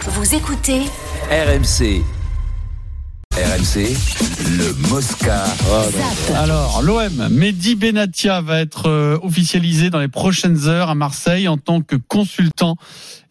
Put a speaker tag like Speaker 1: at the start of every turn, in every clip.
Speaker 1: Vous écoutez
Speaker 2: RMC. RMC, le Mosca.
Speaker 1: ZAP.
Speaker 3: Alors, l'OM, Mehdi Benatia va être euh, officialisé dans les prochaines heures à Marseille en tant que consultant.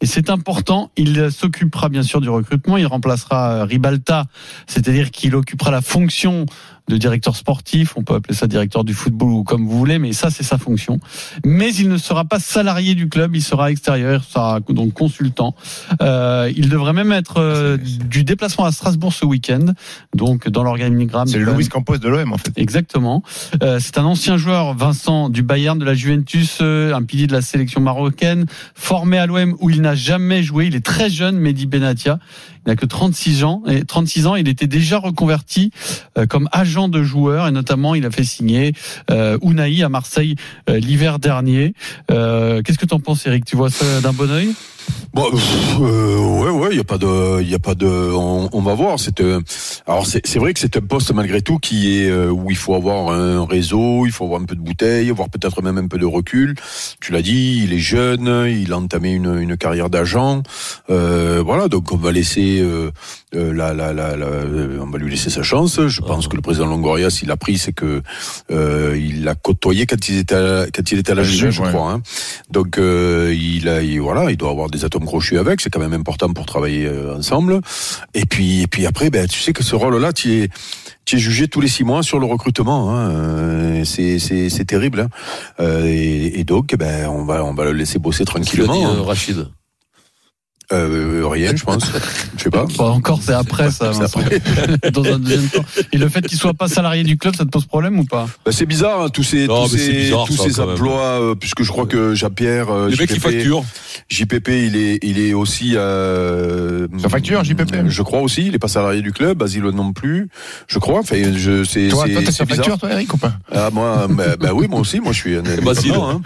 Speaker 3: Et c'est important, il euh, s'occupera bien sûr du recrutement, il remplacera euh, Ribalta, c'est-à-dire qu'il occupera la fonction de directeur sportif, on peut appeler ça directeur du football ou comme vous voulez, mais ça c'est sa fonction. Mais il ne sera pas salarié du club, il sera extérieur, il sera donc consultant. Euh, il devrait même être euh,
Speaker 4: Ah,
Speaker 3: du déplacement à Strasbourg ce week-end, donc dans
Speaker 5: Ah,
Speaker 3: l'organigramme.
Speaker 4: C'est
Speaker 3: de
Speaker 4: le
Speaker 3: la
Speaker 4: Louis Campos de l'OM en fait.
Speaker 3: Exactement. Euh, c'est un ancien joueur, Vincent, du Bayern, de la Juventus, euh, un pilier de la sélection marocaine, formé à l'OM où il n'a jamais joué. Il est très jeune, Mehdi Benatia. Il n'a que 36 ans. Et 36 ans, il était déjà reconverti euh, comme agent de joueur et notamment il a fait signer euh, Unai à Marseille euh, l'hiver dernier. Euh, Qu'est-ce que t'en penses, Eric Tu vois ça d'un bon oeil
Speaker 5: Bon, pff, euh, ouais, ouais, il y a pas de, il y a pas de, on, on va voir. C'est, euh, alors c'est, c'est vrai que c'est un poste malgré tout qui est euh, où il faut avoir un réseau, il faut avoir un peu de bouteille, avoir peut-être même un peu de recul. Tu l'as dit, il est jeune, il a entamé une, une carrière d'agent, Euh, voilà. Donc on va laisser, euh, euh, la, la, la, la- euh, on va lui laisser sa chance. Je pense que le président Longoria, s'il a pris, c'est que euh, il l'a côtoyé quand il était, à, la- quand il était à la
Speaker 4: La
Speaker 5: Juve,
Speaker 4: Juve,
Speaker 5: je
Speaker 4: ouais.
Speaker 5: crois. hein. Donc euh, il a il- voilà, il doit avoir des atomes crochus avec, c'est quand même important pour travailler euh, ensemble. Et puis et puis après ben tu sais que ce rôle-là tu es tu es jugé tous les six mois sur le recrutement, hein. Euh, c'est c'est c'est terrible. hein. Euh, et, et donc ben on va on va le laisser bosser tranquillement.
Speaker 6: Qu'est-ce qu'il a dit,
Speaker 5: hein.
Speaker 6: euh, Rachid.
Speaker 5: Euh, rien je pense, je sais pas.
Speaker 3: Pas encore, c'est après ça.
Speaker 5: C'est
Speaker 3: Vincent.
Speaker 5: après.
Speaker 3: Dans un deuxième temps. Et le fait qu'il soit pas salarié du club, ça te pose problème ou pas
Speaker 5: Ben, c'est bizarre hein, tous ces
Speaker 6: Non,
Speaker 5: tous
Speaker 6: mais c'est
Speaker 5: ces,
Speaker 6: bizarre,
Speaker 5: tous
Speaker 6: ça,
Speaker 5: ces
Speaker 6: quand même.
Speaker 5: emplois euh, puisque je crois que Jean-Pierre euh,
Speaker 6: Les mecs qui
Speaker 5: JPP,
Speaker 6: facturent.
Speaker 5: JPP, il est, il est aussi. Euh,
Speaker 4: Ça facture, JPP?
Speaker 5: Je crois aussi. Il est pas salarié du club. Basile non plus. Je crois. Enfin, je, c'est,
Speaker 4: Toi,
Speaker 5: c'est,
Speaker 4: toi, t'as
Speaker 5: c'est
Speaker 4: ta
Speaker 5: bizarre.
Speaker 4: facture, toi, Eric, ou pas
Speaker 5: Ah, moi, bah, bah oui, moi aussi. Moi, je suis un
Speaker 6: Basile.
Speaker 5: indépendant. Hein.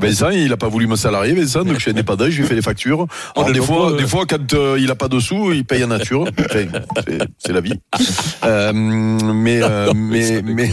Speaker 5: Vincent, il a pas voulu me salarier, Vincent. Donc, je suis indépendant. Je lui fais les factures.
Speaker 6: Oh,
Speaker 5: Alors,
Speaker 6: le
Speaker 5: des fois,
Speaker 6: nombreux.
Speaker 5: des fois, quand euh, il a pas de sous, il paye en nature. Enfin, c'est, c'est la vie. Euh, mais, euh, mais, mais,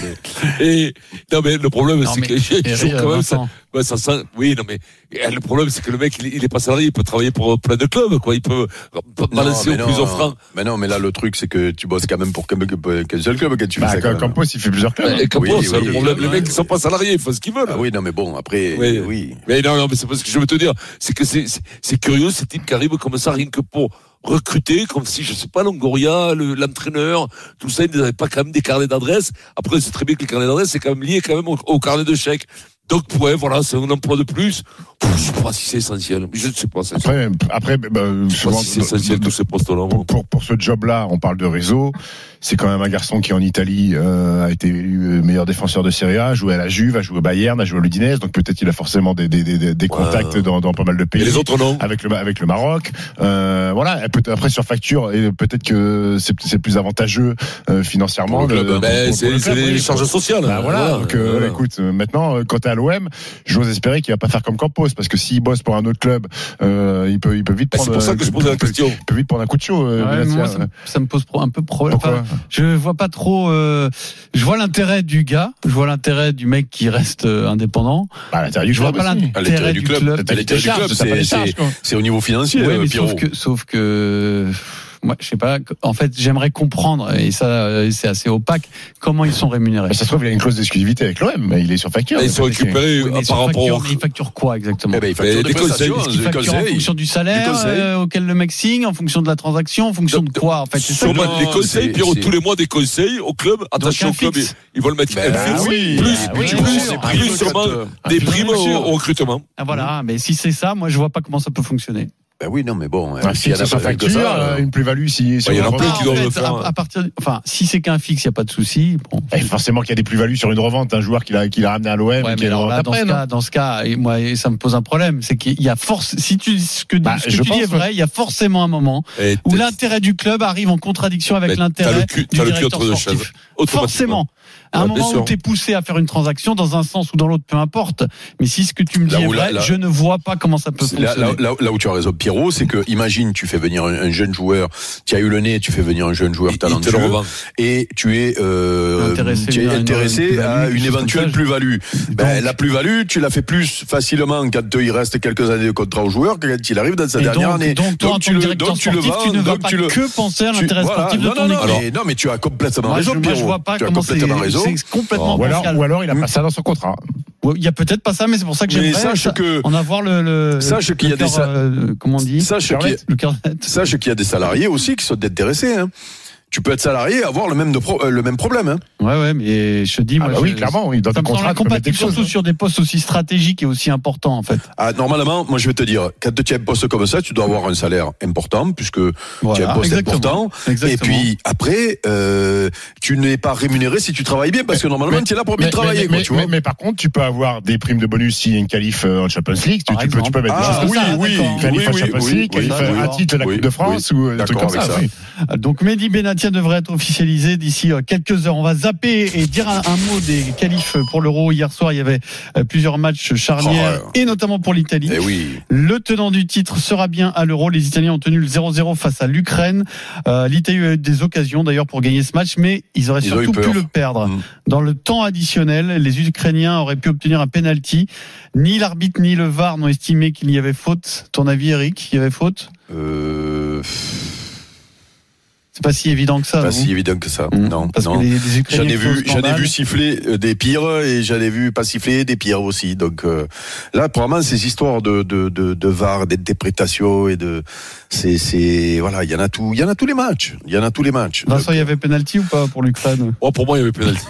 Speaker 6: Et, non, mais le problème,
Speaker 3: Non,
Speaker 6: c'est
Speaker 3: mais-
Speaker 6: que il joue
Speaker 3: Eric,
Speaker 6: quand même, ça,
Speaker 3: Vincent.
Speaker 6: ouais, ça sent- oui, non, mais, et le problème, c'est que le mec, il, il est pas salarié, il peut travailler pour euh, plein de clubs, quoi. Il peut euh, balancer
Speaker 5: mais
Speaker 6: au plus
Speaker 5: non.
Speaker 6: offrant.
Speaker 5: Mais non, mais là, le truc, c'est que tu bosses quand même pour qu'un qu'un seul club quand tu fais
Speaker 4: Bah,
Speaker 5: ça. quand même.
Speaker 4: Campos, il fait plusieurs clubs. hein.
Speaker 6: Et Campos,
Speaker 5: Ah, oui,
Speaker 6: Eh, c'est
Speaker 5: oui,
Speaker 6: le problème.
Speaker 5: oui,
Speaker 6: les
Speaker 5: oui.
Speaker 6: mecs, ils sont pas salariés, ils font ce qu'ils veulent.
Speaker 5: Ah oui, non, mais bon, après, oui.
Speaker 6: Oui.
Speaker 5: oui.
Speaker 6: Mais non, non, mais c'est pas ce que je veux te dire. C'est que c'est, c'est- c'est curieux, ces types qui arrivent comme ça, rien que pour recruter, comme si, je sais pas, Longoria, le- l'entraîneur, tout ça, ils n'avaient pas quand même des carnets d'adresse. Après, c'est très bien que les carnets d'adresse, c'est quand même lié quand même au, au carnet de chèques. Donc, ouais, voilà, c'est un emploi de plus. Pff, je sais pas si c'est essentiel. Je ne sais pas, ça.
Speaker 4: Après, après bah,
Speaker 6: Je sais pas
Speaker 4: souvent,
Speaker 6: si c'est essentiel, tous ces postes-là.
Speaker 4: pour, pour, pour ce job-là, on parle de réseau. C'est quand même un garçon qui, en Italie, euh, a été élu meilleur défenseur de Serie A, a joué à la Juve, a joué au Bayern, a joué à l'Udinese. Donc peut-être il a forcément des, des, des, des contacts dans, dans pas mal de pays.
Speaker 6: Et les autres, non.
Speaker 4: avec le avec le Maroc. Euh, voilà. Et peut- Après sur facture, et peut-être que c'est c'est plus avantageux euh, financièrement.
Speaker 6: Pour le
Speaker 4: de-
Speaker 6: club, ben,
Speaker 4: pour- pour le
Speaker 6: c'est, c'est
Speaker 4: club,
Speaker 6: les
Speaker 4: oui.
Speaker 6: charges sociales.
Speaker 4: Bah voilà, donc euh,
Speaker 6: Voilà.
Speaker 4: écoute, euh, maintenant, euh, quand t'es à l'OM, j'ose espérer qu'il va pas faire comme Campos, parce que s'il bosse pour un autre club, euh, il, peut, il peut vite
Speaker 6: Ben,
Speaker 4: prendre, euh,
Speaker 6: c'est pour ça que je posais la
Speaker 4: il peut-
Speaker 6: question.
Speaker 4: il peut vite prendre un coup de chaud. euh,
Speaker 3: Ouais, mais
Speaker 4: Benatia,
Speaker 3: moi, ça,
Speaker 4: ouais.
Speaker 3: me- ça me pose pro- un peu problème.
Speaker 4: Pourquoi
Speaker 3: Enfin, je vois pas trop. euh, je vois l'intérêt du gars. Je vois l'intérêt du mec qui reste euh, indépendant.
Speaker 4: Bah, à l'intérieur du
Speaker 3: Je vois
Speaker 4: club
Speaker 3: pas
Speaker 4: aussi.
Speaker 5: À l'intérieur
Speaker 3: l'intérêt
Speaker 5: du
Speaker 3: du
Speaker 5: club.
Speaker 3: club.
Speaker 5: À l'intérieur du club,
Speaker 4: T'as pas
Speaker 5: c'est-
Speaker 4: les charges,
Speaker 5: c'est
Speaker 4: quoi.
Speaker 5: c'est au niveau financier,
Speaker 3: Ouais, mais
Speaker 5: Pierrot.
Speaker 3: sauf que, sauf que, moi, je sais pas. En fait, j'aimerais comprendre et ça, euh, c'est assez opaque. Comment ils sont rémunérés
Speaker 4: Bah, ça se trouve, il a une clause d'exclusivité avec l'OM, mais il est sur facture.
Speaker 6: Et ils sont
Speaker 4: Parce que-
Speaker 6: récupérés
Speaker 3: Oui, mais
Speaker 6: euh,
Speaker 3: ils
Speaker 6: par
Speaker 3: sont
Speaker 6: rapport
Speaker 3: facturés,
Speaker 6: au-
Speaker 3: mais ils facturent quoi exactement
Speaker 5: Eh ben, il facture
Speaker 6: Mais
Speaker 5: des
Speaker 6: des conseils,
Speaker 5: prestations,
Speaker 3: Est-ce qu'ils
Speaker 5: des
Speaker 3: facturent en
Speaker 5: conseils.
Speaker 3: fonction du salaire
Speaker 5: Du conseil.
Speaker 3: euh, auquel le mec signe, en fonction de la transaction, en fonction de
Speaker 6: Donc,
Speaker 3: quoi En fait, c'est ça.
Speaker 6: Sûrement
Speaker 3: que-
Speaker 5: Non,
Speaker 6: des conseils,
Speaker 5: c'est-
Speaker 6: Pierrot,
Speaker 5: c'est-
Speaker 6: tous les mois des conseils au club, attaché
Speaker 3: un
Speaker 6: au club.
Speaker 3: fixe.
Speaker 6: Ils, ils veulent mettre
Speaker 5: Ben,
Speaker 4: Bah,
Speaker 6: un fixe,
Speaker 5: oui,
Speaker 6: plus,
Speaker 3: ben oui,
Speaker 6: plus,
Speaker 3: bien
Speaker 6: plus,
Speaker 3: sûr.
Speaker 6: plus
Speaker 5: Un fixe,
Speaker 6: sûrement
Speaker 5: euh,
Speaker 4: Ah,
Speaker 6: des
Speaker 3: fixe,
Speaker 6: primes
Speaker 3: bien sûr.
Speaker 6: au, au recrutement.
Speaker 3: Ah, voilà. Mais si c'est ça, moi, je vois pas comment ça peut fonctionner.
Speaker 5: Ben oui, non, mais bon,
Speaker 4: Bah,
Speaker 5: hein,
Speaker 4: si
Speaker 5: s'il y en
Speaker 4: c'est
Speaker 5: a
Speaker 4: sur
Speaker 5: pas fait que
Speaker 4: facture,
Speaker 5: ça.
Speaker 4: euh, une plus-value, si, si
Speaker 6: Bah, il y
Speaker 4: on
Speaker 6: en a plein
Speaker 4: revend.
Speaker 6: qui doivent le
Speaker 3: fait,
Speaker 6: faire.
Speaker 3: à, à partir, du- enfin, si c'est qu'un fixe, il y a pas de souci. Bon.
Speaker 4: Eh, forcément qu'il y a des plus-values sur une revente, un joueur qu'il a, qu'il a ramené à l'OM,
Speaker 3: Ouais,
Speaker 4: qu'il
Speaker 3: mais
Speaker 4: a
Speaker 3: alors
Speaker 4: revente
Speaker 3: là, dans
Speaker 4: après,
Speaker 3: ce
Speaker 4: non
Speaker 3: cas, dans ce cas, et moi, et ça me pose un problème, c'est qu'il y a force. Si tu ce que,
Speaker 4: Bah,
Speaker 3: ce que
Speaker 4: je
Speaker 3: tu dis
Speaker 4: pense,
Speaker 3: est vrai, il y a forcément un moment
Speaker 6: Et
Speaker 3: où
Speaker 6: t'as-
Speaker 3: l'intérêt du club arrive en contradiction avec
Speaker 6: Mais t'as
Speaker 3: l'intérêt
Speaker 6: le cul-
Speaker 3: du
Speaker 6: t'as le cul
Speaker 3: directeur
Speaker 6: entre deux
Speaker 3: sportif.
Speaker 6: chaises. automatiquement.
Speaker 3: Forcément. À un
Speaker 5: Ouais, bien
Speaker 3: moment
Speaker 5: sûr.
Speaker 3: où tu es poussé à faire une transaction, dans un sens ou dans l'autre, peu importe. Mais si ce que tu me dis
Speaker 5: Là
Speaker 3: est
Speaker 5: où là-
Speaker 3: vrai,
Speaker 5: là-
Speaker 3: je ne vois pas comment ça peut
Speaker 5: C'est Là,
Speaker 3: fonctionner.
Speaker 5: là, là- là où tu as raison, Pierrot, c'est que imagine, tu fais venir un, un jeune joueur, tu as eu le nez, tu fais venir un jeune joueur
Speaker 6: Il- il te
Speaker 5: talentueux
Speaker 6: le revend.
Speaker 5: et tu es, euh,
Speaker 3: Intéressé
Speaker 5: tu es
Speaker 3: à une-
Speaker 5: intéressé
Speaker 3: une
Speaker 5: à
Speaker 3: plus-value,
Speaker 5: une
Speaker 3: pourcentage.
Speaker 5: éventuelle plus-value. Ben,
Speaker 3: Donc-
Speaker 5: la plus-value, tu la fais plus facilement quand euh, il reste quelques années de contrat au joueur que quand il arrive dans sa
Speaker 3: Et
Speaker 5: dernière
Speaker 3: donc,
Speaker 5: année.
Speaker 3: donc, toi, en tant
Speaker 5: tu
Speaker 3: que
Speaker 5: le-
Speaker 3: directeur
Speaker 5: donc tu le
Speaker 3: sportif,
Speaker 5: vends,
Speaker 3: tu ne vas
Speaker 5: donc
Speaker 3: pas
Speaker 5: tu le-
Speaker 3: que penser à
Speaker 5: tu-
Speaker 3: l'intérêt
Speaker 5: voilà.
Speaker 3: sportif de
Speaker 5: non,
Speaker 3: ton
Speaker 5: non,
Speaker 3: équipe.
Speaker 5: non, mais, non, mais tu as complètement
Speaker 3: Moi, je,
Speaker 5: Bah, raison,
Speaker 3: moi, je
Speaker 5: Pierrot.
Speaker 3: vois pas
Speaker 5: tu as
Speaker 3: comment c'est
Speaker 5: complètement raison. Oh.
Speaker 3: c'est complètement
Speaker 4: Ou alors,
Speaker 3: bancal.
Speaker 4: ou alors il a pas ça dans son contrat. Ah,
Speaker 3: Ouais, Il y a peut-être pas ça, mais c'est pour ça que
Speaker 5: Mais
Speaker 3: j'aimerais
Speaker 5: sache
Speaker 3: ça-
Speaker 5: que,
Speaker 3: en avoir le. le
Speaker 5: Sache qu'il y a
Speaker 3: le cœur,
Speaker 5: des sa-
Speaker 3: euh, comment on dit
Speaker 5: sache
Speaker 3: Le
Speaker 5: qu'il y a-
Speaker 3: cœur net.
Speaker 5: sache qu'il y a des salariés aussi qui sont intéressés, hein. Tu peux être salarié et avoir le même, de pro- euh, le même problème. hein.
Speaker 3: Ouais, ouais, mais je te dis,
Speaker 4: Ah
Speaker 3: moi,
Speaker 4: bah oui,
Speaker 3: je-
Speaker 4: clairement, oui, dans
Speaker 3: Ça
Speaker 4: ton
Speaker 3: me semble
Speaker 4: contrat, tu peux mettre
Speaker 3: incompatible,
Speaker 4: quelque chose.
Speaker 3: surtout sur des postes aussi stratégiques et aussi importants, en fait.
Speaker 5: Ah, normalement, moi je vais te dire, quand tu as un poste comme ça, tu dois avoir un salaire important, puisque tu as un
Speaker 3: Voilà,
Speaker 5: poste
Speaker 3: exactement.
Speaker 5: important. Et
Speaker 3: Exactement.
Speaker 5: puis après, euh, tu n'es pas rémunéré si tu travailles bien, parce que normalement,
Speaker 4: mais-
Speaker 5: tu es là pour bien travailler.
Speaker 4: mais,
Speaker 5: quoi,
Speaker 4: mais-
Speaker 5: tu vois.
Speaker 4: mais- mais par contre, tu peux avoir des primes de bonus s'il y a une qualif euh, en Champions League. Tu,
Speaker 3: Par
Speaker 4: tu peux, tu peux mettre
Speaker 5: exemple. Ah,
Speaker 4: des choses
Speaker 5: oui,
Speaker 4: comme ça.
Speaker 5: oui,
Speaker 3: d'accord.
Speaker 4: Qualif
Speaker 5: oui,
Speaker 4: en
Speaker 5: oui,
Speaker 4: Champions
Speaker 5: oui,
Speaker 4: League,
Speaker 5: oui,
Speaker 4: qualif euh,
Speaker 3: oui,
Speaker 4: à titre à la
Speaker 5: oui,
Speaker 4: Coupe de
Speaker 5: oui,
Speaker 4: France ou euh, des trucs
Speaker 5: d'accord
Speaker 4: comme ça.
Speaker 5: avec ça.
Speaker 4: oui.
Speaker 3: Ah, Donc Mehdi Benatia devrait être officialisé d'ici euh, quelques heures. On va zapper et dire un, un mot des qualifs pour l'Euro. Hier soir, il y avait euh, plusieurs matchs charnières,
Speaker 5: Oh,
Speaker 3: et notamment pour l'Italie.
Speaker 5: Eh oui.
Speaker 3: Le tenant du titre sera bien à l'Euro. Les Italiens ont tenu le 0-0 face à l'Ukraine. Euh, L'Italie a eu des occasions d'ailleurs pour gagner ce match, mais ils auraient
Speaker 5: Ils
Speaker 3: surtout
Speaker 5: auraient eu
Speaker 3: pu
Speaker 5: peur.
Speaker 3: le perdre.
Speaker 5: Mm.
Speaker 3: Dans le temps additionnel, les Ukrainiens auraient pu obtenir un penalty. Ni l'arbitre ni le VAR n'ont estimé qu'il y avait faute. Ton avis, Eric, il y avait faute
Speaker 5: Euh,
Speaker 3: C'est pas si évident que ça.
Speaker 5: pas
Speaker 3: non
Speaker 5: si évident que ça.
Speaker 3: Mm.
Speaker 5: Non,
Speaker 3: Parce
Speaker 5: non.
Speaker 3: que les, les Ukrainiens
Speaker 5: J'en ai
Speaker 3: font le
Speaker 5: vu, j'en ai
Speaker 3: scandale.
Speaker 5: vu siffler euh, des pires et j'en ai vu pas siffler des pires aussi. Donc euh, là, probablement ces histoires de de de, de var, d'interprétation et de c'est c'est voilà, il y en a tout, il y en a tous les matchs, il y en a tous les matchs.
Speaker 3: Vincent, il y avait penalty ou pas pour l'Ukraine
Speaker 6: Oh, pour moi, il y avait pénalty.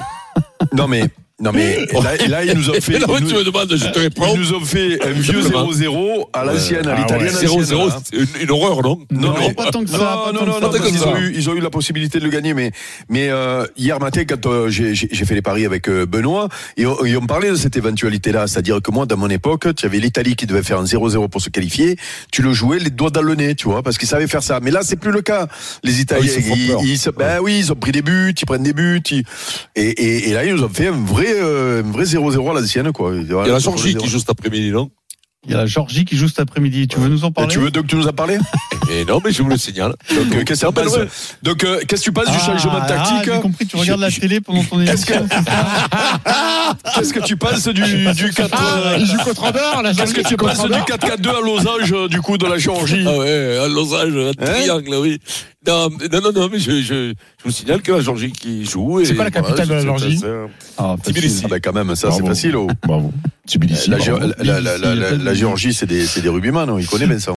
Speaker 5: Non mais non mais là, là, ils nous ont fait
Speaker 6: Et là, ouais,
Speaker 5: ils
Speaker 6: tu
Speaker 5: nous-
Speaker 6: me demandes, je te réponds.
Speaker 5: ils nous ont fait un vieux
Speaker 6: Simplement.
Speaker 5: 0-0 à l'ancienne, à
Speaker 4: Ah ouais.
Speaker 5: l'italienne. à l'ancienne,
Speaker 6: 0-0,
Speaker 5: là.
Speaker 6: c'est une, une horreur, non
Speaker 5: Non, mais-
Speaker 3: pas tant que ça. pas
Speaker 5: Non, non,
Speaker 3: tant
Speaker 5: non,
Speaker 3: que
Speaker 5: non,
Speaker 3: ça.
Speaker 5: parce qu'ils ont
Speaker 6: ça.
Speaker 5: eu, ils ont eu la possibilité de le gagner, mais, mais euh, hier matin, quand euh, j'ai j'ai- j'ai fait les paris avec euh, Benoît, ils ont, ils ont parlé de cette éventualité-là, c'est-à-dire que moi, dans mon époque, tu avais l'Italie qui devait faire un 0-0 pour se qualifier, tu le jouais les doigts dans le nez, tu vois, parce qu'ils savaient faire ça. Mais là, c'est plus le cas. Les Italiens,
Speaker 6: Ah, ils se font peur.
Speaker 5: ils, ils se- ben oui, ils ont pris des buts, ils prennent des buts, ils- et, et, et là, ils nous ont fait un vrai, euh, un vrai 0-0 à l'ancienne, quoi.
Speaker 6: Il y a la Georgie qui joue cet après-midi, non
Speaker 3: Il y a la Georgie qui joue cet après-midi. Tu veux nous en
Speaker 5: Et
Speaker 3: parler
Speaker 5: tu veux donc tu nous as parlé
Speaker 6: Mais Eh non, mais je vous le signale.
Speaker 5: Donc euh, qu'est-ce que
Speaker 6: Non,
Speaker 5: tu
Speaker 6: mais
Speaker 5: penses
Speaker 6: ouais.
Speaker 5: Donc euh, qu'est-ce que tu penses du
Speaker 3: Ah,
Speaker 5: changement de tactique hein.
Speaker 3: Ah, j'ai compris, tu regardes la
Speaker 5: Je-
Speaker 3: télé pendant ton
Speaker 5: Est-ce que-
Speaker 3: émission. c'est ça
Speaker 5: Qu'est-ce que tu penses du, du 4
Speaker 3: Ah,
Speaker 5: euh,
Speaker 4: Il joue contre Andorre, la
Speaker 5: Qu'est-ce que tu penses du 4-4-2 à Losange euh, du coup de la Géorgie
Speaker 6: Ah ouais, à Losange, un triangle, oui. Non, mais- non, non, non, mais je, je, je vous signale que la Georgie qui joue. et
Speaker 4: C'est quoi la
Speaker 6: voilà,
Speaker 4: capitale
Speaker 6: je-
Speaker 4: de la
Speaker 6: c'est-
Speaker 4: Géorgie
Speaker 6: c'est-
Speaker 3: Ah,
Speaker 5: Ah bah quand même, ça c'est
Speaker 4: Bravo.
Speaker 5: facile. oh.
Speaker 4: Bravo.
Speaker 5: La, Géor- la- la- la- la- la Géorgie, c'est des, c'est des rubimans, non, il connaît hein. bien ça.